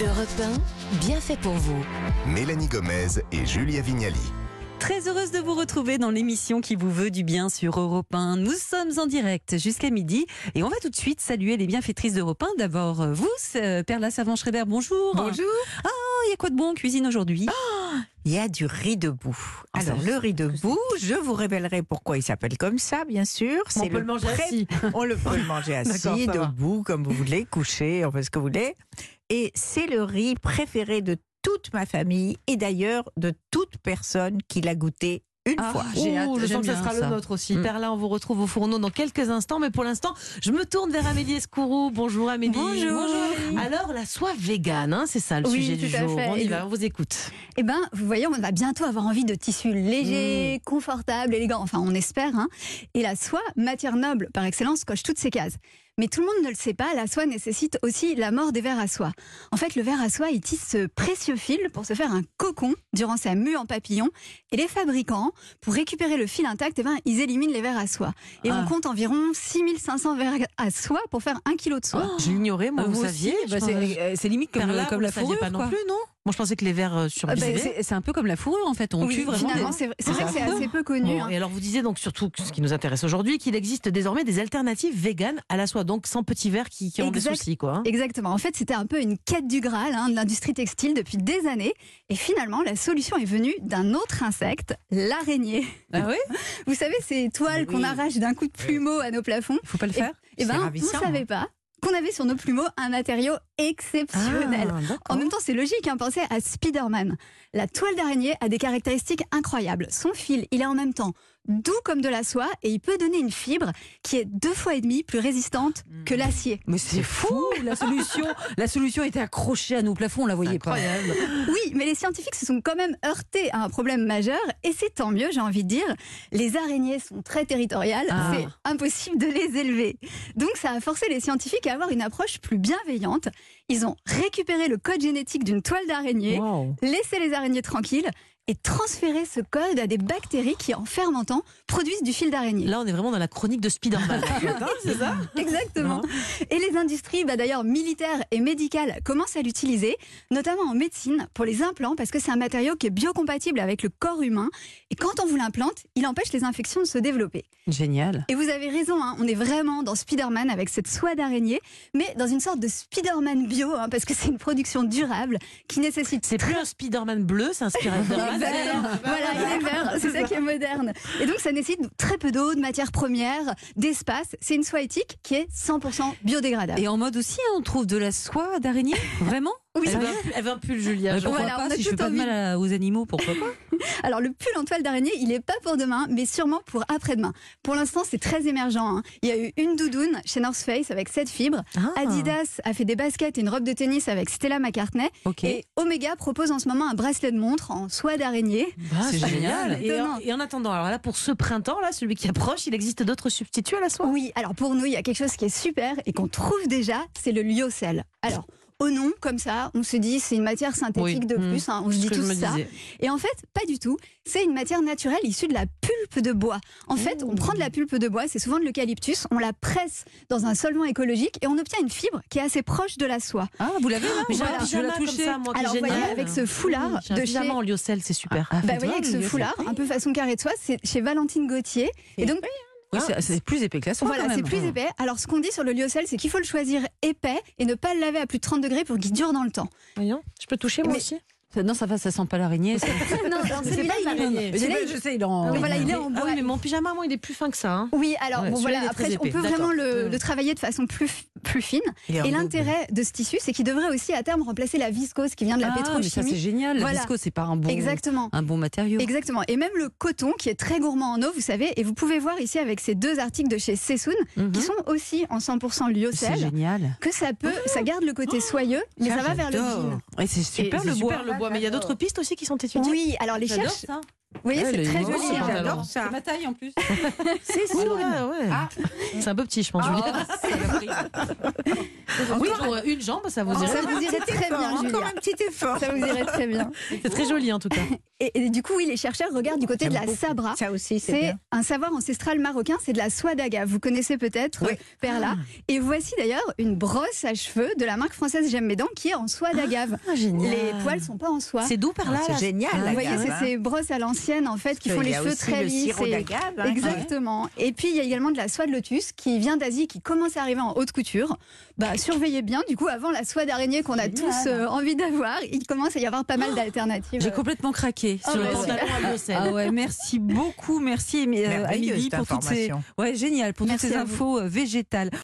Europe 1, bien fait pour vous. Mélanie Gomez et Julia Vignali. Très heureuse de vous retrouver dans l'émission qui vous veut du bien sur Europe 1. Nous sommes en direct jusqu'à midi et on va tout de suite saluer les bienfaitrices d'Europe 1. D'abord, euh, vous, euh, Perla Savant-Schreiber, bonjour. Ah, il y a quoi de bon en cuisine aujourd'hui Il y a du riz debout. Ah, ça, Alors, le riz debout, je vous révélerai pourquoi il s'appelle comme ça, bien sûr. C'est peut le manger pré- assis. On le peut le manger D'accord, assis, ça va. debout, comme vous voulez, couché, on fait ce que vous voulez. Et c'est le riz préféré de toute ma famille et d'ailleurs de toute personne qui l'a goûté une Ah, fois. J'ai hâte, Ouh, je j'aime sens que ce bien sera ça. le nôtre aussi. Mm. Perla, on vous retrouve au fourneau dans quelques instants, mais pour l'instant, je me tourne vers Amélie Escourou. Bonjour Amélie. Alors, la soif végane, hein, c'est ça le Oui, sujet du tout à jour. fait. On y Et va, vous- on vous écoute. Eh ben, vous voyez, on va bientôt avoir envie de tissus légers, Hmm. confortables, élégants. Enfin, on espère. hein. Et la soie, matière noble par excellence, coche toutes ces cases. Mais tout le monde ne le sait pas, la soie nécessite aussi la mort des vers à soie. En fait, le ver à soie, il tisse ce précieux fil pour se faire un cocon durant sa mue en papillon. Et les fabricants, pour récupérer le fil intact, eh ben, ils éliminent les vers à soie. Et Ah. on compte environ 6500 vers à soie pour faire un kilo de soie. Je l'ignorais, Ah, moi, vous vous saviez aussi. Bah, je pense. c'est, euh, c'est limite comme, Perla, comme vous la le saviez fourrure. pas non quoi. plus, non Moi, je pensais que les vers euh, sur Ah, bah, c'est, c'est un peu comme la fourrure en fait. On Oui, tue vraiment. finalement, c'est c'est vrai que c'est assez peu connu. Oh. Bon, hein. et alors vous disiez donc surtout que ce qui nous intéresse aujourd'hui, qu'il existe désormais des alternatives véganes à la soie, donc sans petits verres qui, qui ont des Exact- soucis quoi. hein. Exactement. En fait, c'était un peu une quête du Graal hein, de l'industrie textile depuis des années. Et finalement, la solution est venue d'un autre insecte, l'araignée. des- Ah oui Vous savez, ces toiles qu'on arrache d'un coup de plumeau à nos plafonds. Faut pas le faire. Eh ben, on ravissant, ne savait pas qu'on avait sur nos plumeaux un matériau exceptionnel. Ah. En même temps, c'est logique, hein, pensez à Spider-Man. La toile d'araignée a des caractéristiques incroyables. Son fil, il est en même temps doux comme de la soie et il peut donner une fibre qui est deux fois et demi plus résistante que l'acier. Mais c'est fou la solution. La solution était accrochée à nos plafonds, on la voyait pas. Oui, mais les scientifiques se sont quand même heurtés à un problème majeur, et c'est tant mieux, j'ai envie de dire. Les araignées sont très territoriales, Ah. c'est impossible de les élever. Donc ça a forcé les scientifiques à avoir une approche plus bienveillante. Ils ont récupéré le code génétique d'une toile d'araignée, Wow. laissé les araignées tranquilles, et transféré ce code à des bactéries qui, en fermentant, produisent du fil d'araignée. Là, on est vraiment dans la chronique de Spider-Man. c'est ça Exactement. Et les industries, bah d'ailleurs militaires et médicales, commencent à l'utiliser, notamment en médecine pour les implants, parce que c'est un matériau qui est biocompatible avec le corps humain. Et quand on vous l'implante, il empêche les infections de se développer. Génial. Et vous avez raison, hein, on est vraiment dans Spider-Man avec cette soie d'araignée, mais dans une sorte de Spider-Man bio, hein, parce que c'est une production durable qui nécessite C'est plus un Spider-Man bleu, c'est un Spider-Man Vert. Ah, Bah, Voilà, il est vert, c'est ça qui est moderne. Et donc ça nécessite très peu d'eau, de matières premières, d'espace. C'est une soie éthique qui est 100% biodégradable. Et en mode aussi, hein, on trouve de la soie d'araignée Vraiment Oui, Elle veut un- Elle veut un pull, Julia. Mais je Pourquoi Voilà, on pas a Si je tout fais pas de envie. mal à- aux animaux, pourquoi pas Alors le pull en toile d'araignée, il est pas pour demain, mais sûrement pour après-demain. Pour l'instant, c'est très émergent. hein. Il y a eu une doudoune chez North Face avec 7 fibres. crois. Ah, Adidas a fait des baskets et une robe de tennis avec Stella McCartney. Ok. Et Omega propose en ce moment un bracelet de montre en soie d'araignée. bah, C'est c'est génial. génial. Et en, et en attendant, alors là, pour ce printemps, là, celui qui approche, il existe d'autres substituts à la soie. Oui, alors pour nous, il y a quelque chose qui est super et qu'on trouve déjà, c'est le lyocell. Alors, au nom, comme ça, on se dit c'est une matière synthétique Oui. Mm. de plus, hein, on se C'est dit ce que je tout me ça. disais. Et en fait, pas du tout. C'est une matière naturelle issue de la pulpe de bois. En fait, on prend de la pulpe de bois, c'est souvent de l'eucalyptus, on la presse dans un solvant écologique et on obtient une fibre qui est assez proche de la soie. Ah, vous l'avez là Mais j'ai Voilà. un pyjama Je comme l'ai touché. ça, moi, qui est Alors, vous génial. voyez, avec ce foulard J'ai un de chez... pyjama en lyocell, c'est super. Ah, Bah, fais-toi, voyez, avec ce Julia. foulard, un peu façon carré de soie, c'est chez Valentine Gauthier. Et donc, Oui, c'est- c'est plus épais que la soie. quand voilà, même. c'est plus épais. Alors, ce qu'on dit sur le lyocell, c'est qu'il faut le choisir épais et ne pas le laver à plus de 30 degrés pour qu'il dure dans le temps. Voyons, je peux toucher moi Mais- aussi Ça- Non, ça va, ça sent pas l'araignée. ça- non, alors, celui-là, il est- Mais celui-là, je sais, il est en. Donc voilà, il est en Ah bois. oui, mais mon pyjama, moi, il est plus fin que ça. hein. Oui, alors Ouais, bon, celui-là, il voilà, est très après on épais, peut vraiment le, d'accord. le travailler de façon plus, plus fine. Il est en Et double. l'intérêt de ce tissu, c'est qu'il devrait aussi à terme remplacer la viscose qui vient de la Ah, mais ça c'est pétrochimie. génial. Ah, La Voilà. visco, c'est pas un bon, Exactement. un bon matériau. Exactement. Et même le coton qui est très gourmand en eau, vous savez, et vous pouvez voir ici avec ces deux articles de chez Sessoun Mhm. qui sont aussi en 100% C'est lyocell génial. que ça peut, ça garde le côté soyeux, mais ça va vers le jean. Et c'est super Et le c'est bois. super le bois. Mais il y a d'autres pistes aussi qui sont étudiées. Oui, alors les, cherche- ça. Vous voyez, Ouais, c'est les très mots, joli. c'est hein. pas J'adore ça. C'est ma taille en plus. C'est Ah, sûr. ouais. Ah. C'est un peu petit, je pense. Ah. Julia. Oui, pour euh, une jambe, ça vous irait. Ça vous irait très Encore- bien, Encore Julia. un petit effort. Ça vous irait très bien. C'est très joli en tout cas. Et, et du coup, oui, les chercheurs regardent du côté de la sabra. Ça aussi, c'est C'est bien. un savoir ancestral marocain, c'est de la swadaga. Vous connaissez peut-être Oui. Ah. euh, Perla. Et voici d'ailleurs une brosse à cheveux de la marque française J'aime mes dents qui est en soie d'agave. Ah, génial. Les poils sont pas en soie. C'est doux par là. Ah, C'est là génial. Vous la voyez, gamme, c'est hein. ces brosses à l'ancienne en fait qui font Il les y a cheveux aussi très le lisses. sirop et- d'agave, hein. Exactement. Et puis il y a également de la soie de lotus qui vient d'Asie, qui commence à arriver en haute couture. Bah surveillez bien. Du coup, avant la soie d'araignée qu'on a tous euh, envie d'avoir, il commence à y avoir pas Oh mal d'alternatives. J'ai complètement craqué Ah sur ouais, le ouais. pantalon. pantalon à Bruxelles. Ah ouais, merci beaucoup, merci euh, Merveilleuse, Amélie cette pour toutes ces information. ouais génial pour toutes Merci ces à vous. infos euh, végétales.